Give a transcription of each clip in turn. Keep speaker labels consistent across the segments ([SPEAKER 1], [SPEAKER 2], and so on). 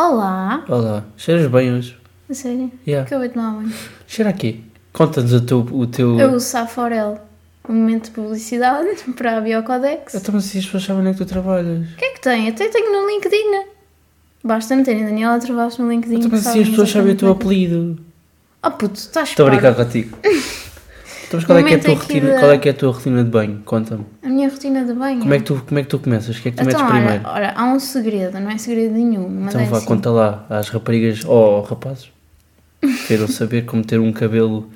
[SPEAKER 1] Olá!
[SPEAKER 2] Olá, cheiras bem hoje?
[SPEAKER 1] A sério?
[SPEAKER 2] Yeah.
[SPEAKER 1] Acabei de tomar banho.
[SPEAKER 2] Cheira aqui. Conta-nos o teu. O teu...
[SPEAKER 1] Eu uso Saforel, um momento de publicidade para a Biocodex.
[SPEAKER 2] Então, mas se as pessoas sabem onde é que tu trabalhas?
[SPEAKER 1] O que é que tem? Até tenho no LinkedIn. Basta meterem Daniela Travassos no LinkedIn.
[SPEAKER 2] Então,
[SPEAKER 1] que
[SPEAKER 2] mas se
[SPEAKER 1] sabem
[SPEAKER 2] as pessoas sabem o teu
[SPEAKER 1] exatamente onde-
[SPEAKER 2] apelido.
[SPEAKER 1] Oh puto, estás
[SPEAKER 2] Estou a
[SPEAKER 1] parvo.
[SPEAKER 2] brincar contigo. Então, mas qual é, que é a tua
[SPEAKER 1] Momento aqui
[SPEAKER 2] rotina,
[SPEAKER 1] de-
[SPEAKER 2] qual é que é a tua rotina de banho? Conta-me.
[SPEAKER 1] A minha rotina de banho.
[SPEAKER 2] Como, é que tu- como é que tu começas? O que é que tu metes
[SPEAKER 1] então,
[SPEAKER 2] primeiro?
[SPEAKER 1] ora, ora, há um segredo, não é segredo nenhum. Mas
[SPEAKER 2] Então
[SPEAKER 1] é
[SPEAKER 2] vá,
[SPEAKER 1] assim.
[SPEAKER 2] conta lá às raparigas ou rapazes que queiram saber como ter um cabelo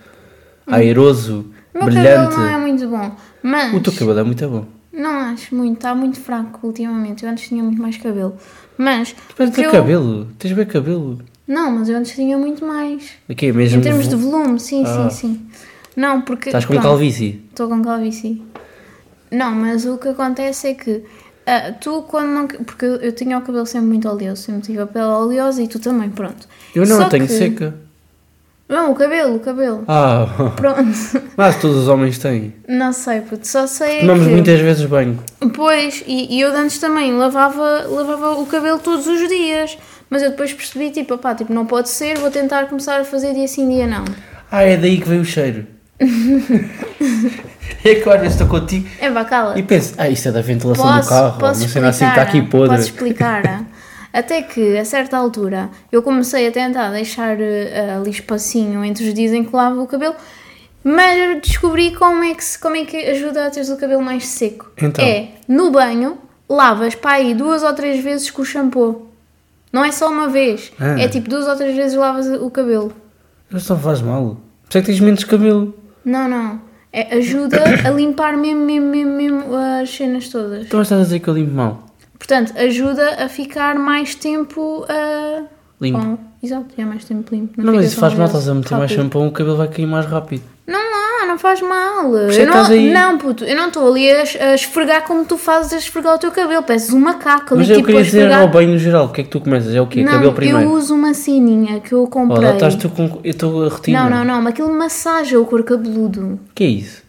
[SPEAKER 2] airoso,
[SPEAKER 1] O meu
[SPEAKER 2] brilhante.
[SPEAKER 1] cabelo não é muito bom, mas.
[SPEAKER 2] O teu cabelo é muito bom.
[SPEAKER 1] Não acho muito, está muito fraco ultimamente. Eu antes tinha muito mais cabelo. Mas.
[SPEAKER 2] Mas
[SPEAKER 1] o
[SPEAKER 2] o
[SPEAKER 1] que
[SPEAKER 2] teu
[SPEAKER 1] eu-
[SPEAKER 2] cabelo, tens bem cabelo.
[SPEAKER 1] Não, mas eu antes tinha muito mais.
[SPEAKER 2] Aqui é mesmo.
[SPEAKER 1] Em termos de volume, sim,
[SPEAKER 2] Ah.
[SPEAKER 1] sim, sim. Não, porque.
[SPEAKER 2] Estás com
[SPEAKER 1] pronto,
[SPEAKER 2] calvície.
[SPEAKER 1] Estou com calvície. Não, mas o que acontece é que ah, tu, quando não. Porque eu, eu tinha o cabelo sempre muito oleoso, sempre tive a pele oleosa e tu também, pronto.
[SPEAKER 2] Eu não,
[SPEAKER 1] Só
[SPEAKER 2] eu tenho
[SPEAKER 1] que-
[SPEAKER 2] seca.
[SPEAKER 1] Não, o cabelo, o cabelo.
[SPEAKER 2] Ah,
[SPEAKER 1] Pronto.
[SPEAKER 2] mas todos os homens têm.
[SPEAKER 1] Não sei, puto, só sei. é
[SPEAKER 2] Tomamos
[SPEAKER 1] que...
[SPEAKER 2] muitas vezes banho.
[SPEAKER 1] Pois, e, e eu de antes também lavava, lavava o cabelo todos os dias. Mas eu depois percebi, tipo, opá, tipo, não pode ser, vou tentar começar a fazer dia sim, dia não.
[SPEAKER 2] Ah, é daí que veio o cheiro. é que eu às vezes estou contigo
[SPEAKER 1] É bacala.
[SPEAKER 2] e penso, ah, isso é da ventilação do
[SPEAKER 1] Posso,
[SPEAKER 2] carro.
[SPEAKER 1] posso
[SPEAKER 2] não sei assim, está
[SPEAKER 1] explicar,
[SPEAKER 2] aqui podre.
[SPEAKER 1] Posso explicar. ah? Até que, a certa altura, eu comecei a tentar deixar eh, ali espacinho entre os dias em que lavo o cabelo, mas eu descobri como é que, se- como é que ajuda a teres o cabelo mais seco.
[SPEAKER 2] Então.
[SPEAKER 1] É, no banho, lavas para aí duas ou três vezes com o shampoo. Não é só uma vez.
[SPEAKER 2] Ah.
[SPEAKER 1] É tipo duas ou três vezes lavas o cabelo.
[SPEAKER 2] Mas não faz mal. Por isso é que tens menos cabelo.
[SPEAKER 1] Não, não. É, ajuda a limpar mesmo, mesmo, mesmo, mesmo as cenas todas.
[SPEAKER 2] Então estás a dizer que eu limpo mal.
[SPEAKER 1] Portanto, ajuda a ficar mais tempo a.
[SPEAKER 2] Limpo.
[SPEAKER 1] Bom, exato, é mais tempo limpo.
[SPEAKER 2] Não,
[SPEAKER 1] fica
[SPEAKER 2] mas isso
[SPEAKER 1] tão
[SPEAKER 2] faz mal,
[SPEAKER 1] oleoso.
[SPEAKER 2] estás a meter mais
[SPEAKER 1] Rápido.
[SPEAKER 2] shampoo, o cabelo vai cair mais rápido.
[SPEAKER 1] Não, não, não faz mal.
[SPEAKER 2] isso
[SPEAKER 1] Eu
[SPEAKER 2] é que
[SPEAKER 1] não,
[SPEAKER 2] estás aí.
[SPEAKER 1] não, puto, eu não estou ali a, es- a esfregar como tu fazes a esfregar o teu cabelo. Peças um macaco ali
[SPEAKER 2] Mas eu
[SPEAKER 1] tipo a
[SPEAKER 2] queria dizer
[SPEAKER 1] esfregar.
[SPEAKER 2] ao banho no geral, o que é que tu começas? É o quê?
[SPEAKER 1] não,
[SPEAKER 2] cabelo primeiro?
[SPEAKER 1] eu uso uma ceninha que eu
[SPEAKER 2] Oh,
[SPEAKER 1] comprei.
[SPEAKER 2] lá estás tu com. Eu estou a rotina.
[SPEAKER 1] não, não, não, mas aquilo massaja o couro cabeludo.
[SPEAKER 2] O que é isso?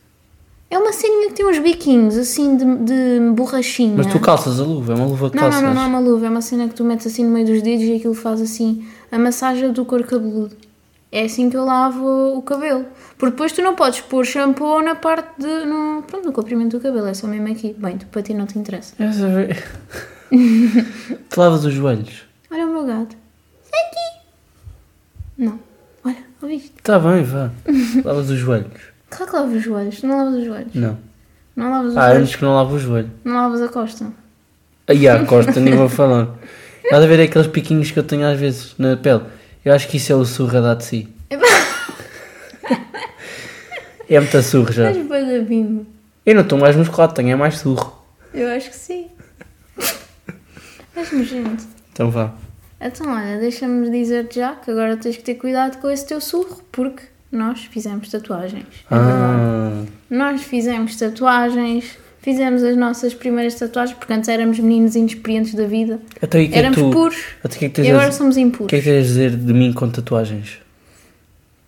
[SPEAKER 1] É uma ceninha que tem uns biquinhos assim de, de borrachinha.
[SPEAKER 2] Mas tu calças a luva, é uma luva que
[SPEAKER 1] Não, não,
[SPEAKER 2] calças.
[SPEAKER 1] não, não é uma luva, é uma cena que tu metes assim no meio dos dedos e aquilo faz assim a massagem do couro cabeludo. É assim que eu lavo o cabelo. Porque depois tu não podes pôr shampoo na parte de. No, pronto, no comprimento do cabelo, é só mesmo aqui. Bem, tu, para ti não te interessa.
[SPEAKER 2] Eu só ve- tu lavas os joelhos.
[SPEAKER 1] Olha o meu gato. Sai aqui! Não. Olha, ouviste?
[SPEAKER 2] Está Tá bem, vá. Lavas os joelhos.
[SPEAKER 1] Claro que lavas os joelhos, tu não lavas os joelhos.
[SPEAKER 2] Não.
[SPEAKER 1] Não lavas os
[SPEAKER 2] Há
[SPEAKER 1] joelhos,
[SPEAKER 2] anos que não lavo o joelho.
[SPEAKER 1] não lavas a costa.
[SPEAKER 2] Aí a costa, nem vou falar. Estás a ver aqueles piquinhos que eu tenho às vezes na pele? Eu acho que isso é o surra dá de si.
[SPEAKER 1] Epá.
[SPEAKER 2] É muita surra já.
[SPEAKER 1] Mas depois da bimbo.
[SPEAKER 2] Eu não estou mais musculado, tenho é mais surro.
[SPEAKER 1] Eu acho que sim. És nojento.
[SPEAKER 2] Então vá.
[SPEAKER 1] Então, olha, deixa-me dizer-te já que agora tens que ter cuidado com esse teu surro, porque nós fizemos tatuagens. é verdade.
[SPEAKER 2] Ah,
[SPEAKER 1] Nós fizemos tatuagens, fizemos as nossas primeiras tatuagens, porque antes éramos meninos inexperientes da vida.
[SPEAKER 2] até aí que é que
[SPEAKER 1] éramos
[SPEAKER 2] tu.
[SPEAKER 1] puros
[SPEAKER 2] Até que é que tens
[SPEAKER 1] e
[SPEAKER 2] a-
[SPEAKER 1] agora somos
[SPEAKER 2] o que é
[SPEAKER 1] impuros.
[SPEAKER 2] que tens a dizer de mim com tatuagens?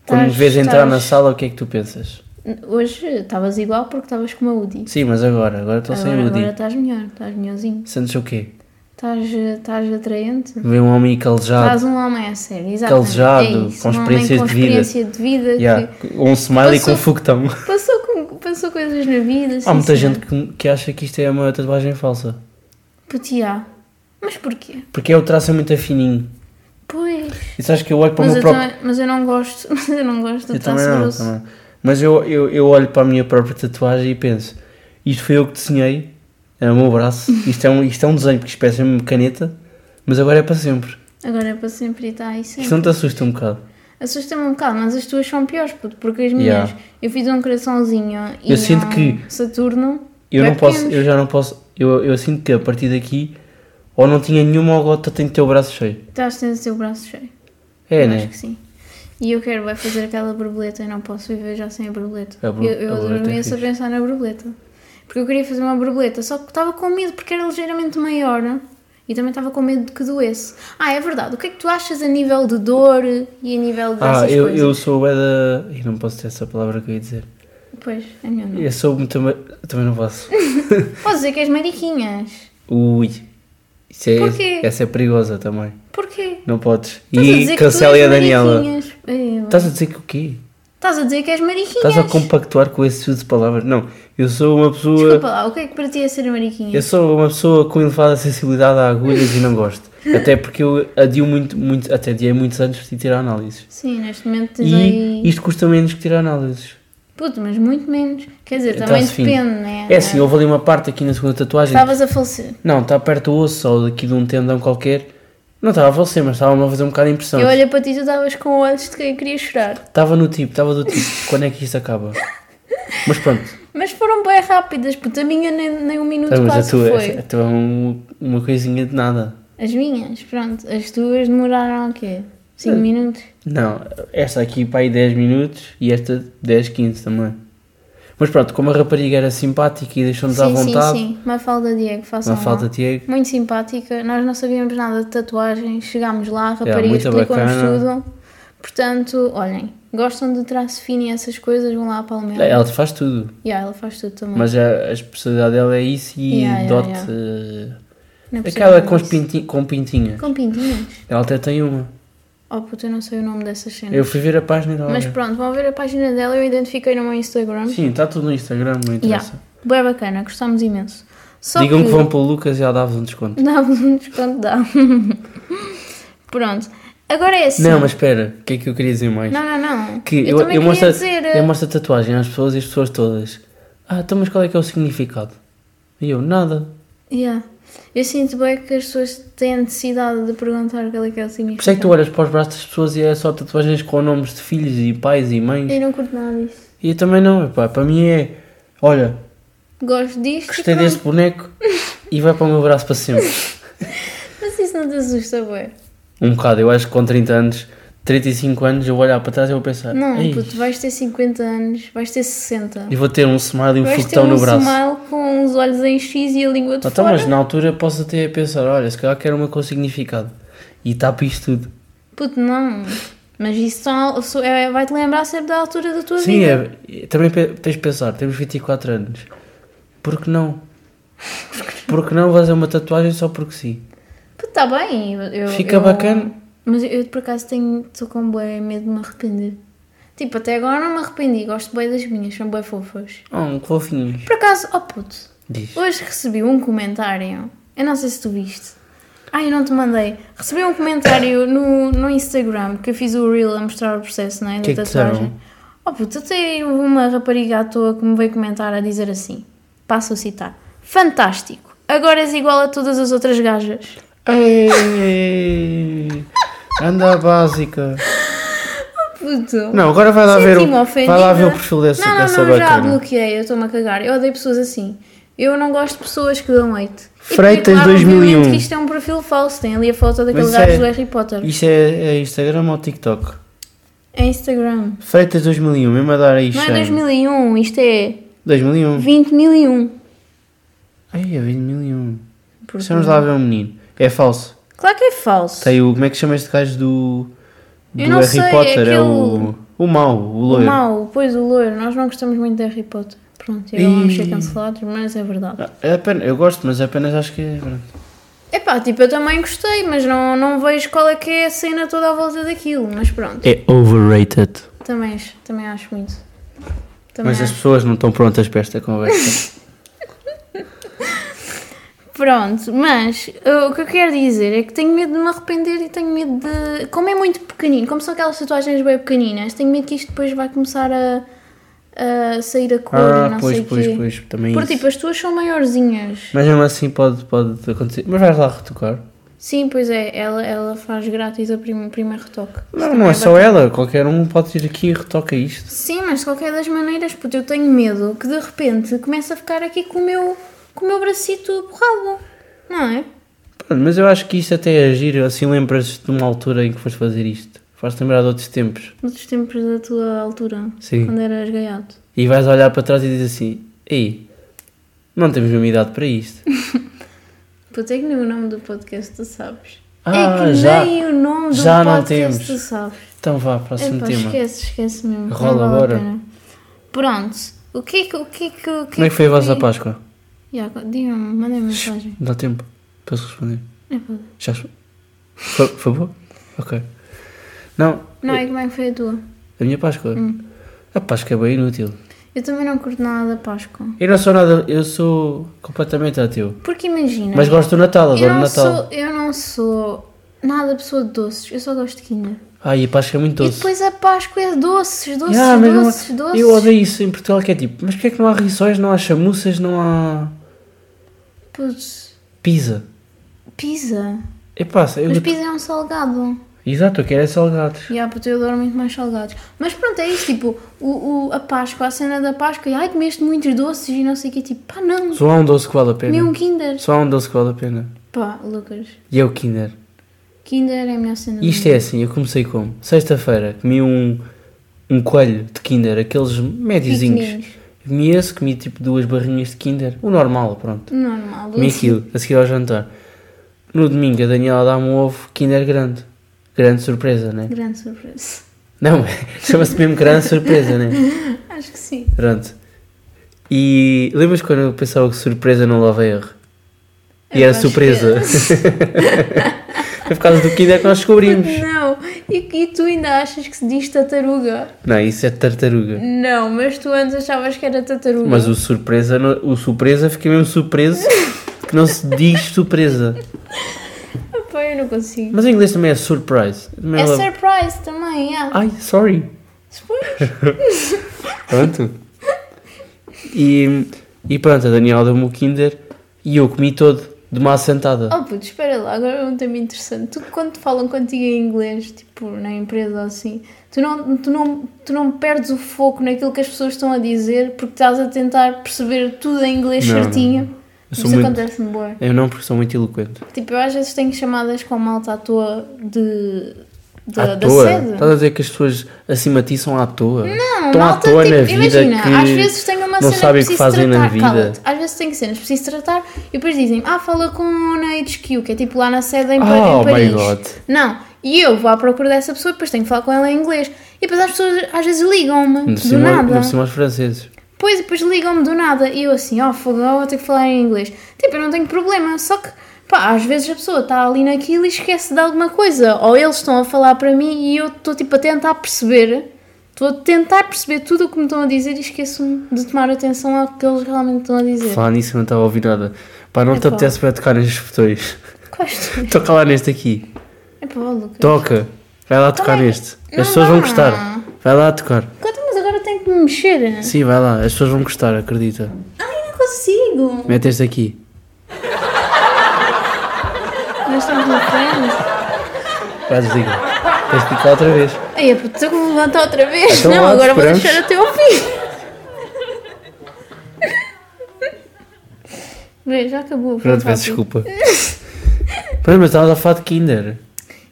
[SPEAKER 2] Quando
[SPEAKER 1] Tás-
[SPEAKER 2] me vês entrar na
[SPEAKER 1] tás-
[SPEAKER 2] sala, o que é que tu pensas?
[SPEAKER 1] Hoje estavas igual porque estavas com uma UDI.
[SPEAKER 2] Sim, mas agora, agora estou sem
[SPEAKER 1] Agora, agora
[SPEAKER 2] UDI.
[SPEAKER 1] estás melhor, estás melhorzinho.
[SPEAKER 2] Sentes o quê?
[SPEAKER 1] Estás, eh, estás atraente.
[SPEAKER 2] Vê um homem calejado.
[SPEAKER 1] Estás um homem a sério, exatamente.
[SPEAKER 2] Calejado,
[SPEAKER 1] é isso,
[SPEAKER 2] com
[SPEAKER 1] um homem
[SPEAKER 2] experiências
[SPEAKER 1] com
[SPEAKER 2] de vida.
[SPEAKER 1] experiência de vida.
[SPEAKER 2] Yeah,
[SPEAKER 1] que
[SPEAKER 2] com Um smiley
[SPEAKER 1] Passou-
[SPEAKER 2] com foguetão.
[SPEAKER 1] Passou, com, passou coisas na vida.
[SPEAKER 2] Há
[SPEAKER 1] sim, senhor.
[SPEAKER 2] muita gente que, que acha que isto é uma tatuagem falsa.
[SPEAKER 1] Putear. Mas porquê?
[SPEAKER 2] Porque é o traço é muito fininho.
[SPEAKER 1] Pois.
[SPEAKER 2] E sabes que eu olho para o
[SPEAKER 1] Mas
[SPEAKER 2] meu
[SPEAKER 1] eu,
[SPEAKER 2] próprio.
[SPEAKER 1] também- mas eu não gosto. Mas eu não gosto do
[SPEAKER 2] Eu
[SPEAKER 1] traço
[SPEAKER 2] também não,
[SPEAKER 1] grosso.
[SPEAKER 2] também. Mas eu, eu, eu olho para a minha própria tatuagem e penso: isto foi eu que desenhei, é o meu braço, isto é um, isto é um desenho, porque isto parece uma caneta, mas agora é para sempre.
[SPEAKER 1] Agora é para sempre e está aí sempre.
[SPEAKER 2] Isto não te assusta um bocado.
[SPEAKER 1] Assusta-me um bocado, mas as tuas são piores, puto, porque as minhas.
[SPEAKER 2] Yeah.
[SPEAKER 1] Eu fiz um coraçãozinho e
[SPEAKER 2] Eu sinto
[SPEAKER 1] um
[SPEAKER 2] que-
[SPEAKER 1] Saturno.
[SPEAKER 2] Eu
[SPEAKER 1] Bem
[SPEAKER 2] não posso,
[SPEAKER 1] pequenos.
[SPEAKER 2] eu já não posso, eu, eu sinto que a partir daqui, ou não tinha nenhuma, ou agora tenho que ter o braço cheio.
[SPEAKER 1] Estás tendo o teu braço cheio.
[SPEAKER 2] É,
[SPEAKER 1] eu
[SPEAKER 2] né?
[SPEAKER 1] Acho que sim. E eu quero vai fazer aquela borboleta e não posso viver já sem a borboleta.
[SPEAKER 2] A bor-
[SPEAKER 1] eu eu
[SPEAKER 2] a borboleta é
[SPEAKER 1] adoro imenso a
[SPEAKER 2] fixe.
[SPEAKER 1] pensar na borboleta. Porque eu queria fazer uma borboleta, só que estava com medo porque era ligeiramente maior né? e também estava com medo de que doesse. Ah, é verdade. O que é que tu achas a nível de dor e a nível de
[SPEAKER 2] Ah,
[SPEAKER 1] essas
[SPEAKER 2] eu,
[SPEAKER 1] coisas?
[SPEAKER 2] eu sou o da. E não posso ter essa palavra que eu ia dizer.
[SPEAKER 1] Pois, é melhor não.
[SPEAKER 2] Eu sou muito. ma- Também não posso.
[SPEAKER 1] Posso dizer que és mariquinhas.
[SPEAKER 2] Ui. Isso é,
[SPEAKER 1] Porquê?
[SPEAKER 2] Essa é perigosa também.
[SPEAKER 1] Porquê?
[SPEAKER 2] Não podes.
[SPEAKER 1] Estás a dizer
[SPEAKER 2] e
[SPEAKER 1] que tu
[SPEAKER 2] cancela
[SPEAKER 1] és
[SPEAKER 2] a Daniela.
[SPEAKER 1] mariquinhas. Ei, vai.
[SPEAKER 2] Estás a dizer que o quê?
[SPEAKER 1] Estás a dizer que és mariquinhas.
[SPEAKER 2] Estás a compactuar com esse tipo de palavras? Não, eu sou uma pessoa.
[SPEAKER 1] Desculpa lá, o que é que para ti é ser mariquinha?
[SPEAKER 2] Eu sou uma pessoa com elevada sensibilidade a agulhas e não gosto. Até porque eu adio muito, muito, até adiei muitos anos para tirar análises.
[SPEAKER 1] Sim, neste momento tens aí...
[SPEAKER 2] E isto custa menos que tirar análises.
[SPEAKER 1] Puto, mas muito menos. Quer dizer,
[SPEAKER 2] Então,
[SPEAKER 1] também
[SPEAKER 2] assim,
[SPEAKER 1] depende, né?
[SPEAKER 2] É assim, houve ali uma parte aqui na segunda tatuagem.
[SPEAKER 1] Estavas a falecer.
[SPEAKER 2] Não, está perto do osso ou daqui de um tendão qualquer. Não estava a você, mas estava-me a fazer um bocado de impressão.
[SPEAKER 1] Eu olhei para ti e tu estavas com olhos de quem queria chorar.
[SPEAKER 2] Estava no tipo, estava do tipo, quando é que isto acaba? Mas pronto,
[SPEAKER 1] Mas foram bem rápidas, puto. A minha nem, nem um minuto
[SPEAKER 2] mas a
[SPEAKER 1] quase
[SPEAKER 2] tua,
[SPEAKER 1] foi.
[SPEAKER 2] a tua é um- uma coisinha de nada.
[SPEAKER 1] As minhas, pronto. As tuas demoraram o quê? 5 minutos?
[SPEAKER 2] Não, esta aqui para aí 10 minutos e esta 10, 15 também. Mas pronto, como a rapariga era simpática e deixou-nos à
[SPEAKER 1] sim,
[SPEAKER 2] vontade,
[SPEAKER 1] sim, sim. Uma falda Diego, façam
[SPEAKER 2] uma falta
[SPEAKER 1] lá.
[SPEAKER 2] de Tiago.
[SPEAKER 1] Muito simpática. Nós não sabíamos nada de tatuagens. Chegámos lá, a
[SPEAKER 2] Yeah,
[SPEAKER 1] rapariga
[SPEAKER 2] muito
[SPEAKER 1] explicou-nos
[SPEAKER 2] bacana.
[SPEAKER 1] tudo. Portanto, olhem, gostam de traço fino e essas coisas, vão lá a Palmeira.
[SPEAKER 2] Ela te faz tudo,
[SPEAKER 1] Yeah, ela faz tudo também.
[SPEAKER 2] mas a, a especialidade dela é isso e
[SPEAKER 1] Yeah, yeah,
[SPEAKER 2] dote.
[SPEAKER 1] yeah.
[SPEAKER 2] eh,
[SPEAKER 1] Não é possível
[SPEAKER 2] Aquela
[SPEAKER 1] nada
[SPEAKER 2] com, os
[SPEAKER 1] disso.
[SPEAKER 2] pinti- com pintinha.
[SPEAKER 1] Com pintinhas?
[SPEAKER 2] Ela até tem uma.
[SPEAKER 1] Oh puta, eu não sei o nome dessas cenas.
[SPEAKER 2] Eu fui ver a página dela.
[SPEAKER 1] Mas pronto, vão ver a página dela, eu identifiquei no meu Instagram.
[SPEAKER 2] Sim, está tudo no Instagram, não
[SPEAKER 1] Yeah.
[SPEAKER 2] interessa.
[SPEAKER 1] Bem bacana, gostámos imenso. Só
[SPEAKER 2] Digam que... vão para o Lucas e ela dá-vos um desconto.
[SPEAKER 1] Dá-vos um desconto, dá. um. pronto. Agora é assim.
[SPEAKER 2] Não, mas espera, o que é que eu queria dizer mais?
[SPEAKER 1] não, não. não.
[SPEAKER 2] Que
[SPEAKER 1] eu,
[SPEAKER 2] eu,
[SPEAKER 1] também queria
[SPEAKER 2] eu mostro,
[SPEAKER 1] dizer. eh,
[SPEAKER 2] eu mostro a tatuagem às pessoas e as pessoas todas. Ah, então mas qual é que é o significado? E eu, nada.
[SPEAKER 1] Yeah. Eu sinto bem que as pessoas têm necessidade de perguntar qual é que é o
[SPEAKER 2] Por isso é
[SPEAKER 1] significado.
[SPEAKER 2] que tu olhas para os braços das pessoas e é só tatuagens com nomes de filhos e pais e mães.
[SPEAKER 1] Eu não curto nada disso.
[SPEAKER 2] E eu também não, epá, para mim é, olha,
[SPEAKER 1] Gosto disto. e
[SPEAKER 2] gostei
[SPEAKER 1] pronto.
[SPEAKER 2] deste boneco e vai para o meu braço para sempre.
[SPEAKER 1] Mas isso não te assusta, bem.
[SPEAKER 2] Um bocado, eu acho que com 30 anos, 35 anos, eu vou olhar para trás e vou pensar,
[SPEAKER 1] Não, um
[SPEAKER 2] "Ei,
[SPEAKER 1] puto, vais ter 50 anos, vais ter 60.
[SPEAKER 2] e vou ter um smile e um
[SPEAKER 1] Vais ter
[SPEAKER 2] foguetão
[SPEAKER 1] um
[SPEAKER 2] no braço.
[SPEAKER 1] smile com os olhos em X e a língua de
[SPEAKER 2] Então,
[SPEAKER 1] fora.
[SPEAKER 2] mas na altura posso até pensar, olha, se calhar quero uma com significado. E tapa isto tudo.
[SPEAKER 1] Puto, não. Mas isso só, só- é- vai-te lembrar sempre da altura da tua
[SPEAKER 2] Sim,
[SPEAKER 1] vida.
[SPEAKER 2] é, e também pe- tens de pensar, temos 24 anos. Por que não? Por que não fazer uma tatuagem só porque sim?
[SPEAKER 1] Puto, está bem. eu- eu-
[SPEAKER 2] Fica
[SPEAKER 1] eu-
[SPEAKER 2] bacana.
[SPEAKER 1] Mas eu, por acaso, tenho, estou com bué medo de me arrepender. Tipo, até agora não me arrependi. Gosto bem das minhas, são bem fofas.
[SPEAKER 2] Oh, que fofinho.
[SPEAKER 1] Por acaso, oh puto,
[SPEAKER 2] Diz.
[SPEAKER 1] hoje recebi um comentário. Eu não sei se tu viste. Ai, eu não te mandei. Recebi um comentário no, no Instagram que eu fiz o Reel a mostrar o processo, não é? Da
[SPEAKER 2] Que que
[SPEAKER 1] tatuagem.
[SPEAKER 2] disseram?
[SPEAKER 1] Oh puto, até houve uma rapariga à toa que me veio comentar a dizer assim. Passo a citar. Fantástico! Agora és igual a todas as outras gajas.
[SPEAKER 2] Ei, anda a básica.
[SPEAKER 1] Puto.
[SPEAKER 2] Não, agora vai lá, ver o,
[SPEAKER 1] Senti-me
[SPEAKER 2] vai
[SPEAKER 1] ofendida.
[SPEAKER 2] lá ver o perfil dessa,
[SPEAKER 1] não, não,
[SPEAKER 2] dessa
[SPEAKER 1] não, já
[SPEAKER 2] bacana.
[SPEAKER 1] bloqueei, eu estou-me a cagar. Eu odeio pessoas assim. Eu não gosto de pessoas que dão leite. E
[SPEAKER 2] Freitas
[SPEAKER 1] claro, obviamente,
[SPEAKER 2] 2001.
[SPEAKER 1] que isto é um perfil falso, tem ali a foto daquele
[SPEAKER 2] Mas isso
[SPEAKER 1] gajo
[SPEAKER 2] é-
[SPEAKER 1] do Harry Potter.
[SPEAKER 2] Isto é, é Instagram ou TikTok?
[SPEAKER 1] É Instagram.
[SPEAKER 2] Freitas 2001, mesmo a dar aí
[SPEAKER 1] Não é
[SPEAKER 2] shame.
[SPEAKER 1] 2001, isto é
[SPEAKER 2] 2001.
[SPEAKER 1] 20.001.
[SPEAKER 2] Ai, é 2001. Precisamos lá ver um menino. É falso.
[SPEAKER 1] Claro que é falso.
[SPEAKER 2] Tem o. Como é que chama este gajo do. Do
[SPEAKER 1] Eu não
[SPEAKER 2] Harry
[SPEAKER 1] sei, é
[SPEAKER 2] Potter? É,
[SPEAKER 1] aquele-
[SPEAKER 2] o. O mau, o
[SPEAKER 1] o
[SPEAKER 2] loiro.
[SPEAKER 1] mau, pois o loiro. Nós não gostamos muito de Harry Potter. Pronto, e agora vamos ser
[SPEAKER 2] Ih.
[SPEAKER 1] cancelados, mas é verdade.
[SPEAKER 2] Ah, É apenas, eu gosto, mas apenas acho que é. pronto.
[SPEAKER 1] Epá, tipo, eu também gostei, mas não, não vejo qual é que é a cena toda à volta daquilo. Mas pronto,
[SPEAKER 2] É overrated.
[SPEAKER 1] também, acho- também acho muito. Também
[SPEAKER 2] Mas as
[SPEAKER 1] acho.
[SPEAKER 2] pessoas não estão prontas para esta conversa.
[SPEAKER 1] Pronto, mas uh, o que eu quero dizer é que tenho medo de me arrepender e tenho medo de. Como é muito pequenino, como são aquelas tatuagens bem pequeninas, tenho medo que isto depois vai começar a, a sair a cor e
[SPEAKER 2] ah,
[SPEAKER 1] não
[SPEAKER 2] pois,
[SPEAKER 1] sei o
[SPEAKER 2] pois,
[SPEAKER 1] quê.
[SPEAKER 2] pois. Também
[SPEAKER 1] Porque
[SPEAKER 2] isso.
[SPEAKER 1] tipo, as tuas são maiorzinhas.
[SPEAKER 2] Mas mesmo assim pode, pode acontecer. Mas vais lá retocar.
[SPEAKER 1] Sim, pois é, ela, ela faz grátis o prim, primeiro retoque.
[SPEAKER 2] Não, não é só ela. Qualquer um pode ir aqui e retoca isto.
[SPEAKER 1] Sim, mas de qualquer das maneiras, porque eu tenho medo que de repente comece a ficar aqui com o meu, com o meu bracito borrado, não é?
[SPEAKER 2] Pronto, mas eu acho que isto até é giro. Assim lembras-te de uma altura em que foste fazer isto. Faz-te lembrar de outros tempos.
[SPEAKER 1] Noutros tempos da tua altura,
[SPEAKER 2] Sim.
[SPEAKER 1] quando eras gaiato.
[SPEAKER 2] E vais olhar para trás e dizes assim: Ei, não temos mesmo idade para isto.
[SPEAKER 1] Puta, é que nem o nome do podcast tu sabes.
[SPEAKER 2] Ah,
[SPEAKER 1] é que
[SPEAKER 2] já.
[SPEAKER 1] nem o nome do
[SPEAKER 2] já não
[SPEAKER 1] podcast
[SPEAKER 2] temos.
[SPEAKER 1] tu sabes.
[SPEAKER 2] Então vá, próximo
[SPEAKER 1] Epá,
[SPEAKER 2] tema.
[SPEAKER 1] esquece, esquece mesmo. não
[SPEAKER 2] Rola
[SPEAKER 1] vale a
[SPEAKER 2] agora.
[SPEAKER 1] pena. Pronto, o que é que... O que, é que, o que
[SPEAKER 2] Como é que foi a vossa Páscoa?
[SPEAKER 1] Já, Diga-me, mandem mensagem.
[SPEAKER 2] Dá tempo para se responder.
[SPEAKER 1] É verdade.
[SPEAKER 2] Já. Fa- Favor? Ok. Não,
[SPEAKER 1] Não é como é que foi a tua?
[SPEAKER 2] a minha Páscoa.
[SPEAKER 1] Hum.
[SPEAKER 2] A Páscoa é bem inútil.
[SPEAKER 1] Eu também não curto nada da Páscoa.
[SPEAKER 2] Eu não sou nada. Eu sou completamente ateu.
[SPEAKER 1] Porque imagina.
[SPEAKER 2] Mas gosto do Natal,
[SPEAKER 1] eu
[SPEAKER 2] adoro o
[SPEAKER 1] não,
[SPEAKER 2] Natal.
[SPEAKER 1] sou, eu não sou nada pessoa de doces. Eu só gosto de Kinder.
[SPEAKER 2] Ai, a Páscoa é muito
[SPEAKER 1] E
[SPEAKER 2] doce.
[SPEAKER 1] depois a Páscoa é doces, doces,
[SPEAKER 2] Yeah, mas não-
[SPEAKER 1] doces, doces.
[SPEAKER 2] Eu odeio isso em Portugal, que é tipo, mas porquê é que não há rissóis, não há chamuças, não há
[SPEAKER 1] Putz,
[SPEAKER 2] pizza?
[SPEAKER 1] pizza.
[SPEAKER 2] É passa, eu...
[SPEAKER 1] Mas pizza é um salgado.
[SPEAKER 2] Exato, eu quero é salgados.
[SPEAKER 1] E yeah, puto, eu adoro muito mais salgados. Mas pronto, é isso. Tipo, o, o- a Páscoa, a cena da Páscoa. e, Ai, comeste muitos doces e não sei o que. Tipo, pá, não.
[SPEAKER 2] Só há um doce que vale a pena.
[SPEAKER 1] Comi um Kinder.
[SPEAKER 2] Só há um doce que vale a pena.
[SPEAKER 1] Pá, Lucas.
[SPEAKER 2] E é o Kinder.
[SPEAKER 1] Kinder é a melhor cena. do
[SPEAKER 2] E isto é assim, eu comecei como? Sexta-feira, comi um, um coelho de Kinder, aqueles
[SPEAKER 1] mundo.
[SPEAKER 2] médiozinhos.
[SPEAKER 1] Pequeninos.
[SPEAKER 2] Comi esse, comi tipo duas barrinhas de Kinder. O normal, pronto.
[SPEAKER 1] Normal.
[SPEAKER 2] Comi
[SPEAKER 1] doce.
[SPEAKER 2] aquilo, a seguir ao jantar. No domingo, a Daniela dá-me um ovo Kinder grande. Grande surpresa, né?
[SPEAKER 1] Grande surpresa.
[SPEAKER 2] Não, chama-se mesmo grande surpresa, né?
[SPEAKER 1] Acho que sim.
[SPEAKER 2] Pronto. E lembras quando eu pensava que surpresa não leva erro? E
[SPEAKER 1] Eu
[SPEAKER 2] era
[SPEAKER 1] acho que
[SPEAKER 2] surpresa. Foi por causa do Kinder que nós descobrimos.
[SPEAKER 1] Não, e, e tu ainda achas que se diz tartaruga?
[SPEAKER 2] Não, isso é tartaruga.
[SPEAKER 1] Não, mas tu antes achavas que era tartaruga.
[SPEAKER 2] Mas o surpresa, não- o surpresa, fiquei mesmo surpreso que não se diz surpresa.
[SPEAKER 1] Pá, eu não consigo.
[SPEAKER 2] Mas em inglês também é surprise. Também
[SPEAKER 1] É
[SPEAKER 2] leva-
[SPEAKER 1] surprise também, yeah.
[SPEAKER 2] Ai, sorry.
[SPEAKER 1] Depois,
[SPEAKER 2] Pronto. E, e pronto, a Daniela deu-me o Kinder e eu comi todo de uma assentada.
[SPEAKER 1] oh puto, espera lá, agora é um tema interessante. Tu, quando falam contigo em inglês, tipo, na empresa ou assim, tu não, tu, não, tu não perdes o foco naquilo que as pessoas estão a dizer porque estás a tentar perceber tudo em inglês
[SPEAKER 2] Não, não.
[SPEAKER 1] certinho.
[SPEAKER 2] Eu
[SPEAKER 1] Isso
[SPEAKER 2] sou muito-
[SPEAKER 1] acontece-me boa.
[SPEAKER 2] Eu não, porque sou muito eloquente.
[SPEAKER 1] Tipo, eu às vezes tenho chamadas com malta à toa de, da-
[SPEAKER 2] à
[SPEAKER 1] da
[SPEAKER 2] toa?
[SPEAKER 1] sede.
[SPEAKER 2] Estás a dizer que as pessoas acima de ti são à toa?
[SPEAKER 1] Não,
[SPEAKER 2] Estão
[SPEAKER 1] malta,
[SPEAKER 2] à toa
[SPEAKER 1] tipo,
[SPEAKER 2] na vida
[SPEAKER 1] imagina,
[SPEAKER 2] que
[SPEAKER 1] às vezes tenho uma
[SPEAKER 2] não
[SPEAKER 1] cena
[SPEAKER 2] sabem o
[SPEAKER 1] que preciso
[SPEAKER 2] que fala
[SPEAKER 1] tratar,
[SPEAKER 2] na vida.
[SPEAKER 1] cala-te. Às vezes tenho cenas que preciso tratar e depois dizem ah, fala com na HQ, que é tipo lá na sede em, Pa- em
[SPEAKER 2] Oh,
[SPEAKER 1] Paris.
[SPEAKER 2] my God.
[SPEAKER 1] Não, e eu vou à procura dessa pessoa, depois tenho que falar com ela em inglês. E depois as pessoas às vezes ligam-me,
[SPEAKER 2] Ainda
[SPEAKER 1] do
[SPEAKER 2] por cima- ainda
[SPEAKER 1] nada.
[SPEAKER 2] por cima aos franceses.
[SPEAKER 1] Pois, depois ligam-me do nada e eu assim, ó, oh, fogão, vou ter que falar em inglês. Tipo, eu não tenho problema, só que, pá, às vezes a pessoa está ali naquilo e esquece de alguma coisa. Ou eles estão a falar para mim e eu estou, tipo, a tentar perceber. Estou a tentar perceber tudo o que me estão a dizer e esqueço-me de tomar atenção ao que eles realmente estão a dizer.
[SPEAKER 2] Falar nisso eu não estava a ouvir nada. Pá, não te
[SPEAKER 1] Epá.
[SPEAKER 2] apetece para tocar nestes botões.
[SPEAKER 1] Quais tu?
[SPEAKER 2] Toca lá neste aqui.
[SPEAKER 1] É pá, ó, Lucas.
[SPEAKER 2] Toca. Vai lá tocar
[SPEAKER 1] Também-
[SPEAKER 2] neste.
[SPEAKER 1] Não
[SPEAKER 2] As pessoas vão
[SPEAKER 1] dá.
[SPEAKER 2] gostar. Vai lá tocar.
[SPEAKER 1] Conta, mas agora tenho que me mexer.
[SPEAKER 2] Sim, vai lá. As pessoas vão gostar, acredita.
[SPEAKER 1] Ai, não consigo.
[SPEAKER 2] Mete este aqui.
[SPEAKER 1] Nós estamos na frente.
[SPEAKER 2] Vai, desliga. Tens de clicar outra vez.
[SPEAKER 1] Ai, é puto, tenho que me levantar outra vez.
[SPEAKER 2] Então
[SPEAKER 1] não,
[SPEAKER 2] vá,
[SPEAKER 1] agora vou
[SPEAKER 2] esperamos.
[SPEAKER 1] deixar até ao fim. Vê, já acabou. foi
[SPEAKER 2] Pronto,
[SPEAKER 1] rápido.
[SPEAKER 2] peço desculpa. Pois, mas estavas a falar de Kinder.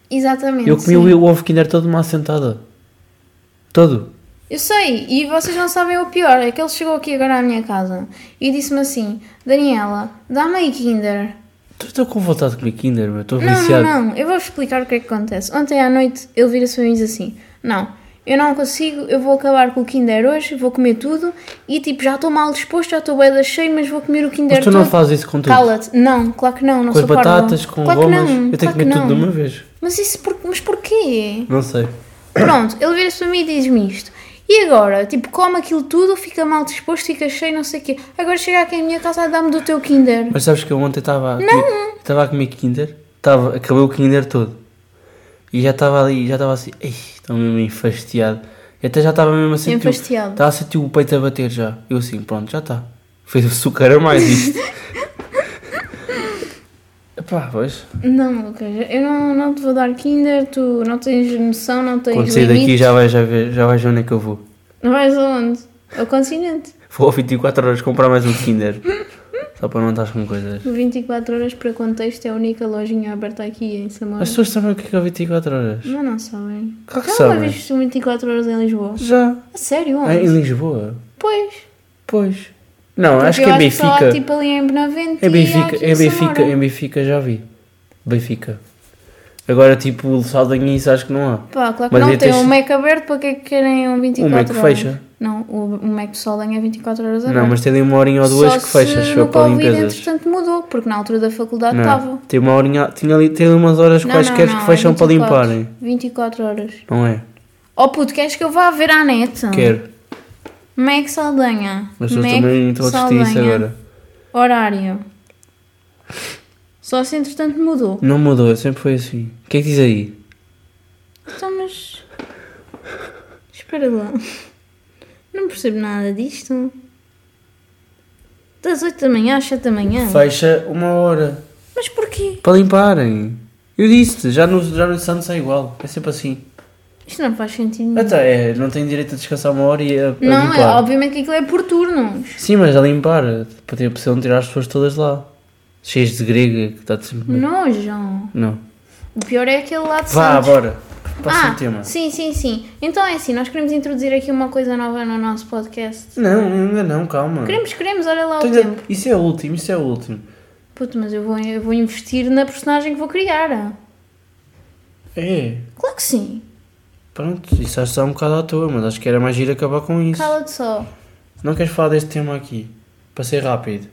[SPEAKER 1] Exatamente.
[SPEAKER 2] Eu comi
[SPEAKER 1] sim.
[SPEAKER 2] o ovo Kinder todo de uma assentada. Todo.
[SPEAKER 1] Eu sei, e vocês não sabem o pior, é que ele chegou aqui agora à minha casa e disse-me assim, Daniela, dá-me aí Kinder.
[SPEAKER 2] Estou- Estou com vontade de comer Kinder, meu. Estou
[SPEAKER 1] Não, não,
[SPEAKER 2] viciado.
[SPEAKER 1] não, eu vou explicar o que é que acontece. Ontem à noite ele vira-se para mim e diz assim: Não, eu não consigo, eu vou acabar com o Kinder hoje, vou comer tudo e tipo, já estou mal disposto, já estou bem cheio, mas vou comer o Kinder
[SPEAKER 2] Mas tu
[SPEAKER 1] todo.
[SPEAKER 2] não fazes isso com tudo.
[SPEAKER 1] Cala-te, não, claro que não, não
[SPEAKER 2] Com as
[SPEAKER 1] sou parva.
[SPEAKER 2] batatas, com
[SPEAKER 1] claro que
[SPEAKER 2] gomas.
[SPEAKER 1] não,
[SPEAKER 2] eu tenho
[SPEAKER 1] claro
[SPEAKER 2] que comer
[SPEAKER 1] não.
[SPEAKER 2] tudo de uma vez.
[SPEAKER 1] Mas isso, por, mas porquê?
[SPEAKER 2] Não sei.
[SPEAKER 1] Pronto, ele vira-se para mim e diz-me isto. E agora? Tipo, come aquilo tudo, fica mal disposto, fica cheio, não sei o quê. Agora chega aqui à minha casa, dá-me do teu Kinder.
[SPEAKER 2] Mas sabes que eu ontem estava a comer, estava a comer Kinder, estava, acabei o Kinder todo. E já estava ali, já estava assim, ei, estou mesmo enfastiado. E até já estava mesmo assim,
[SPEAKER 1] Enfastiado.
[SPEAKER 2] estava a sentir o peito a bater já. Eu assim, pronto, já está. Fez açúcar a mais isto. Epá, pois,
[SPEAKER 1] Não, Lucas, eu não, não te vou dar Kinder, tu não tens noção, não tens
[SPEAKER 2] quando sair daqui
[SPEAKER 1] limites.
[SPEAKER 2] já vais, já, ver, já vais ver onde é que eu vou.
[SPEAKER 1] Não vais aonde? Ao continente.
[SPEAKER 2] Vou a 24 horas comprar mais um Kinder. Só para não estás com coisas.
[SPEAKER 1] 24 horas para contexto é a única lojinha aberta aqui em Samora.
[SPEAKER 2] As pessoas sabem o que é que é 24 horas.
[SPEAKER 1] Não, não sabem.
[SPEAKER 2] Claro que
[SPEAKER 1] Já uma
[SPEAKER 2] sabem.
[SPEAKER 1] vez viste 24 horas em Lisboa?
[SPEAKER 2] Já.
[SPEAKER 1] A sério,
[SPEAKER 2] Ah, em
[SPEAKER 1] onde?
[SPEAKER 2] Lisboa?
[SPEAKER 1] Pois.
[SPEAKER 2] Pois. Não,
[SPEAKER 1] Porque
[SPEAKER 2] acho que
[SPEAKER 1] eu
[SPEAKER 2] em
[SPEAKER 1] só há,
[SPEAKER 2] Benfica.
[SPEAKER 1] tipo ali em Benavente
[SPEAKER 2] Em
[SPEAKER 1] e há
[SPEAKER 2] Benfica,
[SPEAKER 1] aqui
[SPEAKER 2] em Benfica,
[SPEAKER 1] Samora.
[SPEAKER 2] em Benfica já vi. Benfica. Agora, tipo, saldanhice acho que não há.
[SPEAKER 1] Pá, claro que
[SPEAKER 2] é- Mas
[SPEAKER 1] não,
[SPEAKER 2] aí
[SPEAKER 1] tem
[SPEAKER 2] tens-
[SPEAKER 1] um Mac aberto, para que é que querem um 24
[SPEAKER 2] Um Mac
[SPEAKER 1] horas?
[SPEAKER 2] fecha.
[SPEAKER 1] Não, o, o Mac de Solden é 24 horas aberto.
[SPEAKER 2] Não, mas tem ali uma horinha ou duas
[SPEAKER 1] Só
[SPEAKER 2] que fechas
[SPEAKER 1] se
[SPEAKER 2] só
[SPEAKER 1] no
[SPEAKER 2] para
[SPEAKER 1] Covid,
[SPEAKER 2] limpezas.
[SPEAKER 1] entretanto, mudou, porque na altura da faculdade
[SPEAKER 2] Não,
[SPEAKER 1] estava.
[SPEAKER 2] tem uma horinha, tinha ali, tem ali umas horas
[SPEAKER 1] Não,
[SPEAKER 2] quaisquer
[SPEAKER 1] não, não,
[SPEAKER 2] que fecham
[SPEAKER 1] é
[SPEAKER 2] para
[SPEAKER 1] 24,
[SPEAKER 2] limparem.
[SPEAKER 1] 24 horas.
[SPEAKER 2] Não é?
[SPEAKER 1] Oh puto, queres que eu vá ver à net?
[SPEAKER 2] Quero.
[SPEAKER 1] Mac Saldanha.
[SPEAKER 2] Mas eu
[SPEAKER 1] Mac
[SPEAKER 2] também estou a discutir isso
[SPEAKER 1] Saldanha.
[SPEAKER 2] agora.
[SPEAKER 1] Horário. Só se entretanto mudou.
[SPEAKER 2] Não mudou, sempre foi assim. O que é que diz aí?
[SPEAKER 1] Então, mas. Espera lá. Não percebo nada disto. Das 8 da manhã às 7 da manhã.
[SPEAKER 2] Fecha uma hora.
[SPEAKER 1] Mas porquê?
[SPEAKER 2] Para limparem. Eu disse-te, já no, já no Santos é igual. É sempre assim.
[SPEAKER 1] Isto não faz sentido. nenhum.
[SPEAKER 2] Até é, não tem direito a descansar uma hora e a, a
[SPEAKER 1] Não, é,
[SPEAKER 2] limpar.
[SPEAKER 1] obviamente que aquilo é por turnos.
[SPEAKER 2] Sim, mas a limpar. Para ter a opção de tirar as pessoas todas lá. Cheias de grega, que está sempre...
[SPEAKER 1] Nojo.
[SPEAKER 2] Não.
[SPEAKER 1] O pior é aquele lá de
[SPEAKER 2] Vá,
[SPEAKER 1] Santos.
[SPEAKER 2] bora. Passa
[SPEAKER 1] ah,
[SPEAKER 2] o tema.
[SPEAKER 1] Sim, sim, sim. Então é assim, nós queremos introduzir aqui uma coisa nova no nosso podcast.
[SPEAKER 2] Não, ainda não, calma.
[SPEAKER 1] Queremos, queremos, olha lá o
[SPEAKER 2] Então ainda-
[SPEAKER 1] tempo.
[SPEAKER 2] Isso é o último, isso é o último.
[SPEAKER 1] Puto, mas eu vou, eu vou investir na personagem que vou criar.
[SPEAKER 2] É,
[SPEAKER 1] Claro que sim.
[SPEAKER 2] pronto, isso acho que está um bocado à toa, mas acho que era mais giro acabar com isso.
[SPEAKER 1] Cala-te só.
[SPEAKER 2] Não queres falar deste tema aqui? Para ser rápido.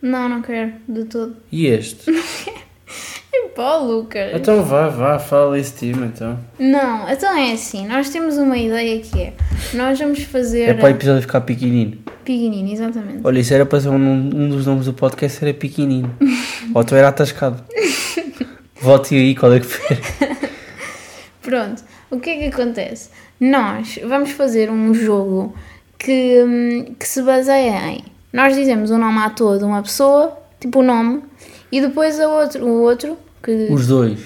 [SPEAKER 1] Não, não quero, de todo.
[SPEAKER 2] E este?
[SPEAKER 1] E pá, Tipo, Lucas.
[SPEAKER 2] então vá, vá, fala desse tema então.
[SPEAKER 1] Não, então é assim, nós temos uma ideia que é, nós vamos fazer...
[SPEAKER 2] É para o episódio ficar pequenino.
[SPEAKER 1] Pequenino, exatamente.
[SPEAKER 2] Olha, isso era para ser um, um dos nomes do podcast, era pequenino. Ou tu era atascado. Vote aí qual é que foi.
[SPEAKER 1] Pronto, o que é que acontece? Nós vamos fazer um jogo que, hum, que se baseia em. Nós dizemos o nome à toa de uma pessoa, tipo o nome, e depois a outro, o outro, que.
[SPEAKER 2] Os dois.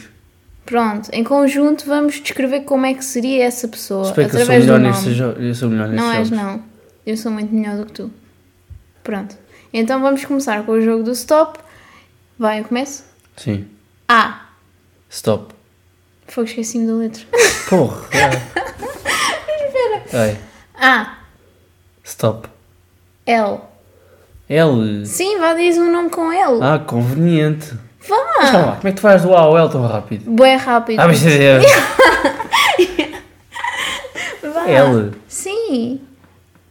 [SPEAKER 1] Pronto, em conjunto vamos descrever como é que seria essa pessoa.
[SPEAKER 2] Se bem que eu sou
[SPEAKER 1] através
[SPEAKER 2] melhor
[SPEAKER 1] do nome.
[SPEAKER 2] neste jogo. Eu sou melhor neste
[SPEAKER 1] Não és,
[SPEAKER 2] jogo.
[SPEAKER 1] não. Eu sou muito melhor do que tu. Pronto, então vamos começar com o jogo do stop. Vai, eu começo?
[SPEAKER 2] Sim.
[SPEAKER 1] A.
[SPEAKER 2] Stop.
[SPEAKER 1] Fogo, esqueci-me da letra.
[SPEAKER 2] Porra. Ai,
[SPEAKER 1] A.
[SPEAKER 2] stop.
[SPEAKER 1] L.
[SPEAKER 2] L.
[SPEAKER 1] Sim, vá, diz um nome com L.
[SPEAKER 2] Ah, conveniente. Mas
[SPEAKER 1] Vá!
[SPEAKER 2] calma, como é que tu vais do A ao L tão rápido?
[SPEAKER 1] Bué rápido.
[SPEAKER 2] Ah, mas é
[SPEAKER 1] Vá.
[SPEAKER 2] L.
[SPEAKER 1] Sim.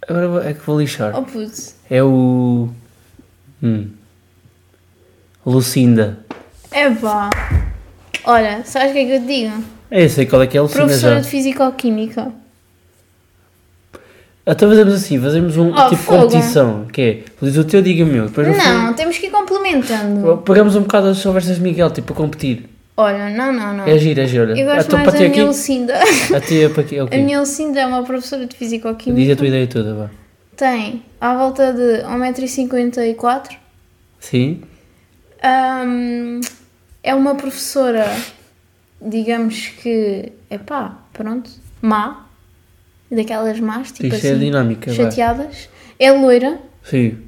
[SPEAKER 2] Agora vou- é que vou lixar.
[SPEAKER 1] Oh puto.
[SPEAKER 2] É o. Hum. Lucinda.
[SPEAKER 1] É pá. Olha, sabes o que é que eu te digo?
[SPEAKER 2] Eu sei qual é que é a Lucinda
[SPEAKER 1] Professora
[SPEAKER 2] já.
[SPEAKER 1] de Fisicoquímica.
[SPEAKER 2] Até fazemos assim, fazemos um
[SPEAKER 1] Oh,
[SPEAKER 2] tipo
[SPEAKER 1] fogo.
[SPEAKER 2] competição, que é, diz o teu, diga o meu. Depois no
[SPEAKER 1] Não, temos que ir complementando.
[SPEAKER 2] fim, pegamos um bocado as conversas de Miguel, tipo, a competir.
[SPEAKER 1] Olha, não, não, não.
[SPEAKER 2] É gira, é gira.
[SPEAKER 1] Eu
[SPEAKER 2] Ah,
[SPEAKER 1] gosto
[SPEAKER 2] então
[SPEAKER 1] mais da
[SPEAKER 2] para ti
[SPEAKER 1] minha
[SPEAKER 2] aqui.
[SPEAKER 1] Lucinda.
[SPEAKER 2] A tia para aqui,
[SPEAKER 1] A é
[SPEAKER 2] ok.
[SPEAKER 1] minha Lucinda é uma professora de
[SPEAKER 2] Diz
[SPEAKER 1] Fisicoquímica.
[SPEAKER 2] a tua ideia toda, vá.
[SPEAKER 1] Tem à volta de 1,54m.
[SPEAKER 2] Sim?
[SPEAKER 1] Hum, é uma professora, digamos que, é pá, pronto, má, daquelas más, tipo
[SPEAKER 2] Isto é
[SPEAKER 1] assim,
[SPEAKER 2] dinâmica, vá.
[SPEAKER 1] chateadas. É loira,
[SPEAKER 2] Sim.
[SPEAKER 1] o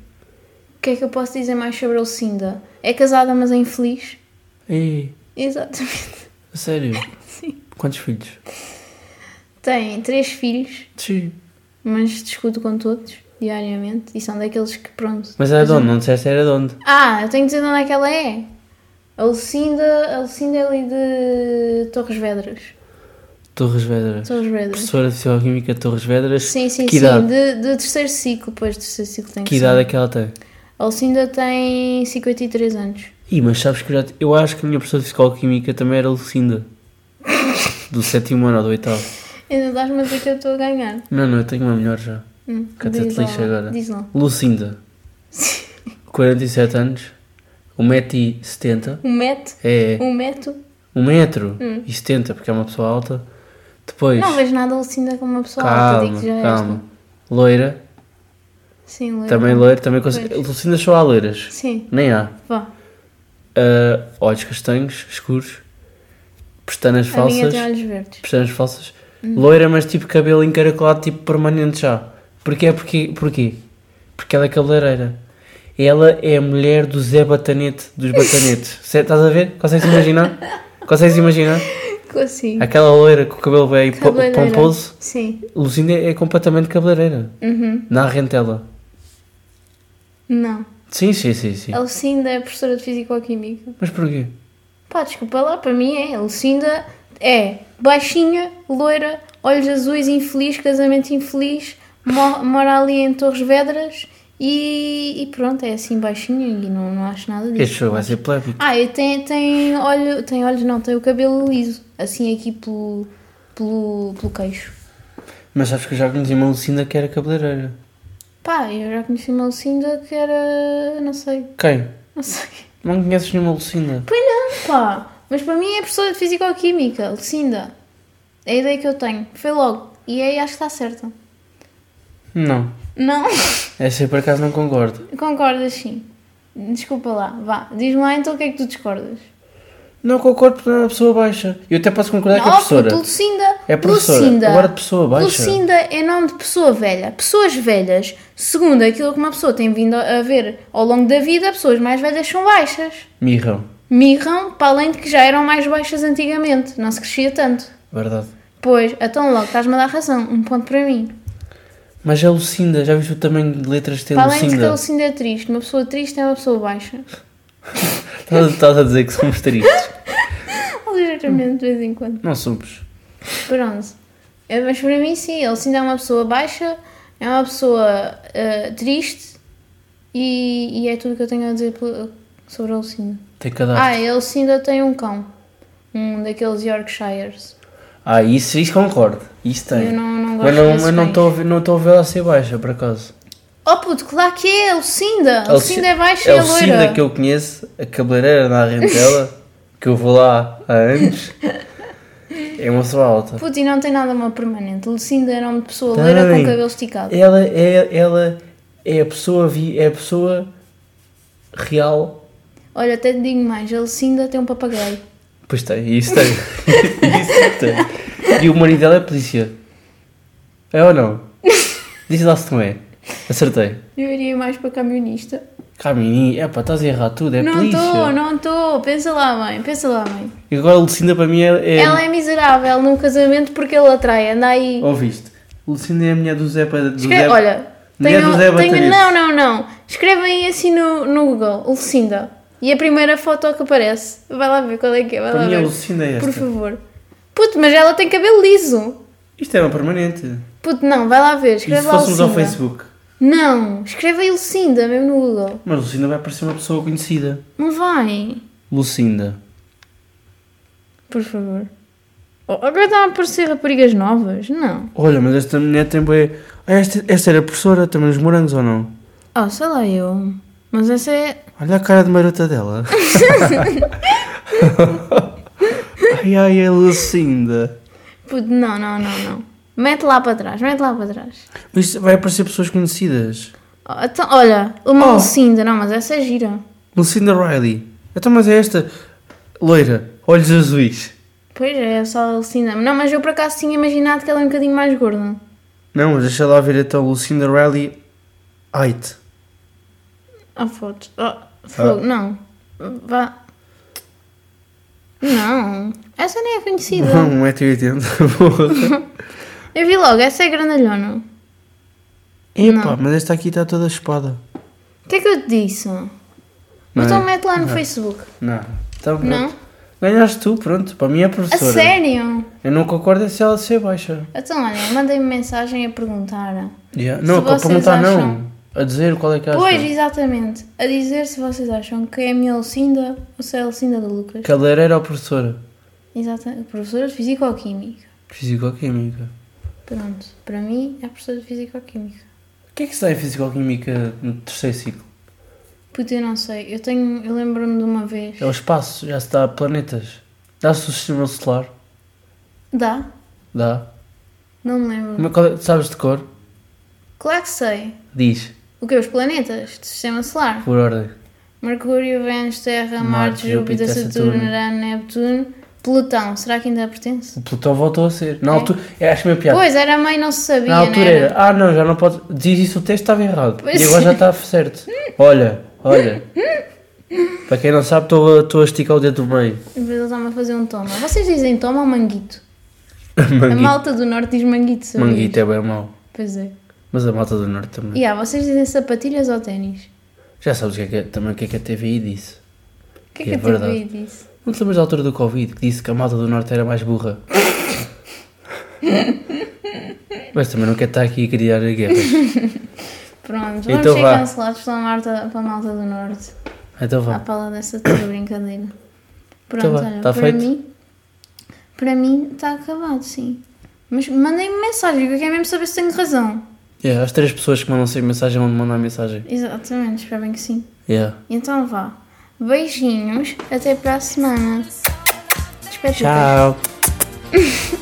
[SPEAKER 1] que é que eu posso dizer mais sobre a Lucinda? É casada, mas é infeliz.
[SPEAKER 2] Ei,
[SPEAKER 1] Exatamente.
[SPEAKER 2] a sério?
[SPEAKER 1] Sim.
[SPEAKER 2] Quantos filhos?
[SPEAKER 1] Tem três filhos,
[SPEAKER 2] Sim.
[SPEAKER 1] mas discuto com todos, diariamente, e são daqueles que, pronto...
[SPEAKER 2] Mas era de onde? Não disseste era de onde?
[SPEAKER 1] Ah, eu tenho de dizer de onde é que ela é. A Lucinda, a Lucinda é ali de Torres Vedras.
[SPEAKER 2] Torres Vedras.
[SPEAKER 1] Torres Vedras.
[SPEAKER 2] Professora de Fisicoquímica de Torres Vedras.
[SPEAKER 1] Sim, sim,
[SPEAKER 2] que
[SPEAKER 1] sim.
[SPEAKER 2] idade?
[SPEAKER 1] De, de terceiro ciclo, pois, terceiro ciclo tem que,
[SPEAKER 2] Que idade é que ela tem?
[SPEAKER 1] ser. A Lucinda tem 53 anos.
[SPEAKER 2] Ih, mas sabes que eu já... te- Eu acho que a minha professora de Fisicoquímica também era Lucinda. do sétimo ano ou do oitavo.
[SPEAKER 1] Ainda dás-me a ver que eu estou a ganhar.
[SPEAKER 2] Não, não, eu tenho uma melhor já.
[SPEAKER 1] Hum,
[SPEAKER 2] Que até te
[SPEAKER 1] diz lá,
[SPEAKER 2] lixa agora.
[SPEAKER 1] Diz lá.
[SPEAKER 2] Lucinda. 47 anos. 1,70m.
[SPEAKER 1] Um met,
[SPEAKER 2] É
[SPEAKER 1] um meto.
[SPEAKER 2] 1 metro e 70 porque é uma pessoa alta. Depois...
[SPEAKER 1] Hum. Não vejo nada a Lucinda como uma pessoa alta,
[SPEAKER 2] calma,
[SPEAKER 1] digo já
[SPEAKER 2] calma.
[SPEAKER 1] esta.
[SPEAKER 2] Loira.
[SPEAKER 1] Sim, loira.
[SPEAKER 2] Também loira. Também consegue...
[SPEAKER 1] Pois.
[SPEAKER 2] Lucinda só há loiras.
[SPEAKER 1] Sim,
[SPEAKER 2] Nem há.
[SPEAKER 1] vá.
[SPEAKER 2] Ah, olhos castanhos, escuros, pestanas
[SPEAKER 1] A minha
[SPEAKER 2] falsas,
[SPEAKER 1] tem olhos verdes.
[SPEAKER 2] pestanas falsas, loira, mas tipo cabelo encaracolado, tipo permanente já. Porquê? Porquê? Porquê? Porque ela é cabeleireira. Ela é a mulher do Zé Batanete, dos Batanetes. Cê- Estás a ver? Consegues imaginar? Consegues imaginar?
[SPEAKER 1] Consigo.
[SPEAKER 2] Aquela loira com o cabelo bem Ah, po-
[SPEAKER 1] Cabeleireira.
[SPEAKER 2] pomposo,
[SPEAKER 1] Sim.
[SPEAKER 2] Lucinda é completamente cabeleireira.
[SPEAKER 1] Uhum.
[SPEAKER 2] Na rentela.
[SPEAKER 1] Não.
[SPEAKER 2] Sim, sim, sim, sim.
[SPEAKER 1] A Lucinda é professora de Físico-Química.
[SPEAKER 2] Mas porquê?
[SPEAKER 1] Pá, desculpa lá, para mim é. A Lucinda é baixinha, loira, olhos azuis, infeliz, casamento infeliz, mo- mora ali em Torres Vedras e, e pronto, é assim baixinha e não, não acho nada disso.
[SPEAKER 2] Este show vai ser polémico.
[SPEAKER 1] Ah, e tem, tem, olho, tem olhos, não, tem o cabelo liso, assim aqui pelo, pelo, pelo queixo.
[SPEAKER 2] Mas sabes que eu já conheci uma Lucinda que era cabeleireira.
[SPEAKER 1] Pá, eu já conheci uma Lucinda que era. não sei,
[SPEAKER 2] Quem?
[SPEAKER 1] não sei.
[SPEAKER 2] Não conheces nenhuma Lucinda?
[SPEAKER 1] Pois não, pá. Mas para mim é professora de Fisicoquímica, Lucinda. É a ideia que eu tenho. Foi logo. E aí acho que está certa.
[SPEAKER 2] Não.
[SPEAKER 1] Não?
[SPEAKER 2] Essa eu por acaso não concordo.
[SPEAKER 1] Concordas sim. Desculpa lá. Vá, diz-me lá então o que é que tu discordas.
[SPEAKER 2] Não concordo porque não é uma pessoa baixa. Eu até posso concordar com a
[SPEAKER 1] Não, puto,
[SPEAKER 2] é professora.
[SPEAKER 1] Lucinda.
[SPEAKER 2] É professora.
[SPEAKER 1] Lucinda.
[SPEAKER 2] Agora de pessoa baixa.
[SPEAKER 1] Lucinda é nome de pessoa velha. Pessoas velhas, segundo aquilo que uma pessoa tem vindo a ver ao longo da vida, pessoas mais velhas são baixas.
[SPEAKER 2] Mirrão.
[SPEAKER 1] Mirram, para além de que já eram mais baixas antigamente. Não se crescia tanto.
[SPEAKER 2] Verdade.
[SPEAKER 1] Pois, então logo estás-me a dar razão. Um ponto para mim.
[SPEAKER 2] Mas a Lucinda, já viste o tamanho de letras que tem
[SPEAKER 1] Para além de que a
[SPEAKER 2] Lucinda?
[SPEAKER 1] Lucinda é triste, uma pessoa triste é uma pessoa baixa.
[SPEAKER 2] Estás a- Estás a dizer que somos tristes.
[SPEAKER 1] Ligeiramente, de vez em quando.
[SPEAKER 2] Não somos.
[SPEAKER 1] Pronto. É, Mas para mim, sim, a Lucinda é uma pessoa baixa, é uma pessoa ah, triste e, e é tudo o que eu tenho a dizer pela- sobre a Lucinda.
[SPEAKER 2] Tem cadastro.
[SPEAKER 1] Ah, e a Lucinda tem um cão. Um daqueles Yorkshires.
[SPEAKER 2] Ah, isso, isso concordo. Isso tem.
[SPEAKER 1] Eu não- não
[SPEAKER 2] É.
[SPEAKER 1] gosto
[SPEAKER 2] mas não,
[SPEAKER 1] desses
[SPEAKER 2] mas não
[SPEAKER 1] cães.
[SPEAKER 2] estou a ver- não estou a vê-la ser baixa, por acaso.
[SPEAKER 1] Oh puto, claro que é, a Lucinda! A Lucinda é baixa
[SPEAKER 2] é
[SPEAKER 1] e é
[SPEAKER 2] Lucinda
[SPEAKER 1] loira.
[SPEAKER 2] que eu conheço, a cabeleireira na Rentela, que eu vou lá há anos. É uma pessoa alta.
[SPEAKER 1] Puto, e não tem nada uma permanente. Lucinda é nome de pessoa loira com
[SPEAKER 2] Tem.
[SPEAKER 1] cabelo esticado.
[SPEAKER 2] Ela é, ela é a pessoa vi, é a pessoa real.
[SPEAKER 1] Olha, até te digo mais, a Lucinda tem um papagaio.
[SPEAKER 2] Pois tem, isso tem. isso tem. E o marido dela é polícia. É ou não? Diz lá se não é. Acertei.
[SPEAKER 1] Eu iria mais para camionista.
[SPEAKER 2] Camini, epá, estás a errar tudo, é
[SPEAKER 1] não
[SPEAKER 2] polícia.
[SPEAKER 1] estou, não estou. Pensa lá, mãe, pensa lá, mãe.
[SPEAKER 2] E agora a Lucinda para mim é. é-
[SPEAKER 1] Ela é miserável num casamento porque ele atrai. Anda aí.
[SPEAKER 2] Ouviste? Lucinda é a mulher do Zé para. Do
[SPEAKER 1] Escreve,
[SPEAKER 2] Zé...
[SPEAKER 1] olha,
[SPEAKER 2] Mulher do
[SPEAKER 1] tenho,
[SPEAKER 2] Zé
[SPEAKER 1] tenho-
[SPEAKER 2] Batanete.
[SPEAKER 1] não, não, não. Escreve aí assim no, no Google, Lucinda. E a primeira foto que aparece. Vai lá ver qual é que é. Vai
[SPEAKER 2] Para
[SPEAKER 1] lá
[SPEAKER 2] mim a
[SPEAKER 1] ver.
[SPEAKER 2] Lucinda é
[SPEAKER 1] Por
[SPEAKER 2] esta.
[SPEAKER 1] favor. Puto, mas ela tem cabelo liso.
[SPEAKER 2] Isto é uma permanente.
[SPEAKER 1] Puto, não, vai lá ver.
[SPEAKER 2] E
[SPEAKER 1] Escreve
[SPEAKER 2] se
[SPEAKER 1] lá
[SPEAKER 2] fôssemos
[SPEAKER 1] Lucinda.
[SPEAKER 2] ao Facebook?
[SPEAKER 1] Não, escreve aí Lucinda mesmo no Google.
[SPEAKER 2] Mas Lucinda vai parecer uma pessoa conhecida.
[SPEAKER 1] Não vai.
[SPEAKER 2] Lucinda.
[SPEAKER 1] Por favor. Oh, agora estão a aparecer raparigas novas? Não.
[SPEAKER 2] Olha, mas esta mulher tem bué... Ah, esta, esta era professora também nos morangos ou não?
[SPEAKER 1] Oh, sei lá eu. Mas essa é.
[SPEAKER 2] Olha a cara de marota dela. ai, ai, a Lucinda.
[SPEAKER 1] Puto, não, não, não, não. Mete lá para trás, mete lá para trás.
[SPEAKER 2] Mas isto vai aparecer pessoas conhecidas.
[SPEAKER 1] Oh, então, olha, uma
[SPEAKER 2] Oh.
[SPEAKER 1] Lucinda, não, mas essa é gira.
[SPEAKER 2] Lucinda Riley. Então, mas é esta... Loira. Olhos azuis.
[SPEAKER 1] Pois é, só a Lucinda. Não, mas eu por acaso tinha imaginado que ela é um bocadinho mais gorda.
[SPEAKER 2] Não, mas deixa lá ver então Lucinda Riley... Height.
[SPEAKER 1] Há Ah, fotos. Oh, fogo, não. Vá. Não, essa nem é conhecida.
[SPEAKER 2] 1,80m. Porra.
[SPEAKER 1] Eu vi logo, essa é grandalhona.
[SPEAKER 2] Epá, mas esta aqui está toda espada.
[SPEAKER 1] O que é que eu te disse?
[SPEAKER 2] Não
[SPEAKER 1] Então
[SPEAKER 2] é?
[SPEAKER 1] mete lá no Facebook.
[SPEAKER 2] Não. Então, pronto.
[SPEAKER 1] Não?
[SPEAKER 2] Ganhaste tu, pronto. Para mim é
[SPEAKER 1] A
[SPEAKER 2] professora.
[SPEAKER 1] sério?
[SPEAKER 2] Eu não concordo é se ela ser baixa.
[SPEAKER 1] Então, olha, mandei-me mensagem a perguntar.
[SPEAKER 2] Yeah.
[SPEAKER 1] Se
[SPEAKER 2] Não, para
[SPEAKER 1] vocês
[SPEAKER 2] perguntar
[SPEAKER 1] acham-
[SPEAKER 2] não. A dizer qual é que acha.
[SPEAKER 1] Pois, exatamente. A dizer se vocês acham que é a minha Lucinda ou se é a Lucinda do Lucas.
[SPEAKER 2] Cabeleireira ou professora?
[SPEAKER 1] Exatamente. Professora de Fisicoquímica.
[SPEAKER 2] Fisicoquímica.
[SPEAKER 1] Pronto. Para mim, é a professora de Fisicoquímica.
[SPEAKER 2] O que é que se dá em Fisicoquímica no terceiro ciclo?
[SPEAKER 1] Puta, eu não sei. Eu tenho... Eu lembro-me de uma vez.
[SPEAKER 2] É o espaço, já se dá planetas. Dá-se o sistema solar?
[SPEAKER 1] Dá?
[SPEAKER 2] Dá.
[SPEAKER 1] Não me lembro.
[SPEAKER 2] Mas qual é- sabes de cor?
[SPEAKER 1] Claro que sei.
[SPEAKER 2] Diz,
[SPEAKER 1] O que? Os planetas do Sistema Solar.
[SPEAKER 2] por ordem.
[SPEAKER 1] Mercúrio, Vênus, Terra, Marte,
[SPEAKER 2] Marte,
[SPEAKER 1] Júpiter,
[SPEAKER 2] Júpiter,
[SPEAKER 1] Saturno,
[SPEAKER 2] Saturno.
[SPEAKER 1] Urano, Neptuno, Plutão. Será que ainda pertence?
[SPEAKER 2] O Plutão voltou a ser. Na altura. É, acho meio piada.
[SPEAKER 1] Pois, era mãe não se sabia, né?
[SPEAKER 2] Na altura
[SPEAKER 1] não era?
[SPEAKER 2] era, ah não, já não pode. Diz isso, o texto estava errado.
[SPEAKER 1] Pois
[SPEAKER 2] e agora
[SPEAKER 1] é.
[SPEAKER 2] já está certo. Olha, olha. Para quem não sabe, estou a- estou a esticar o dedo do meio.
[SPEAKER 1] Depois ele estava a fazer um toma. Vocês dizem toma ou manguito? A
[SPEAKER 2] Manguito,
[SPEAKER 1] malta do norte diz manguito, sabias?
[SPEAKER 2] Manguito é bem mau.
[SPEAKER 1] Pois é.
[SPEAKER 2] Mas a malta do Norte também.
[SPEAKER 1] E yeah, vocês dizem sapatilhas ou ténis?
[SPEAKER 2] Já sabes o que é que é- também o que é que a TVI disse.
[SPEAKER 1] O que é que
[SPEAKER 2] Que é
[SPEAKER 1] a TVI
[SPEAKER 2] verdade.
[SPEAKER 1] disse?
[SPEAKER 2] Não te lembras da altura do Covid que disse que a malta do Norte era mais burra? Mas também não quero estar aqui a criar guerras.
[SPEAKER 1] Pronto, vamos
[SPEAKER 2] Então
[SPEAKER 1] ser
[SPEAKER 2] vá.
[SPEAKER 1] cancelados pela, Marta, pela malta do Norte.
[SPEAKER 2] Então vá.
[SPEAKER 1] À pala dessa tua brincadeira. Pronto,
[SPEAKER 2] Tá bem,
[SPEAKER 1] olha,
[SPEAKER 2] tá
[SPEAKER 1] para
[SPEAKER 2] feito?
[SPEAKER 1] mim. Para mim está acabado, sim. Mas mandem-me mensagem, que eu quero mesmo saber se tenho razão.
[SPEAKER 2] Yeah, as três pessoas que mandam sem mensagem vão mandar mensagem.
[SPEAKER 1] Exatamente, espero bem que sim.
[SPEAKER 2] Yeah.
[SPEAKER 1] Então vá. Beijinhos, até para a semana. Espero
[SPEAKER 2] Tchau.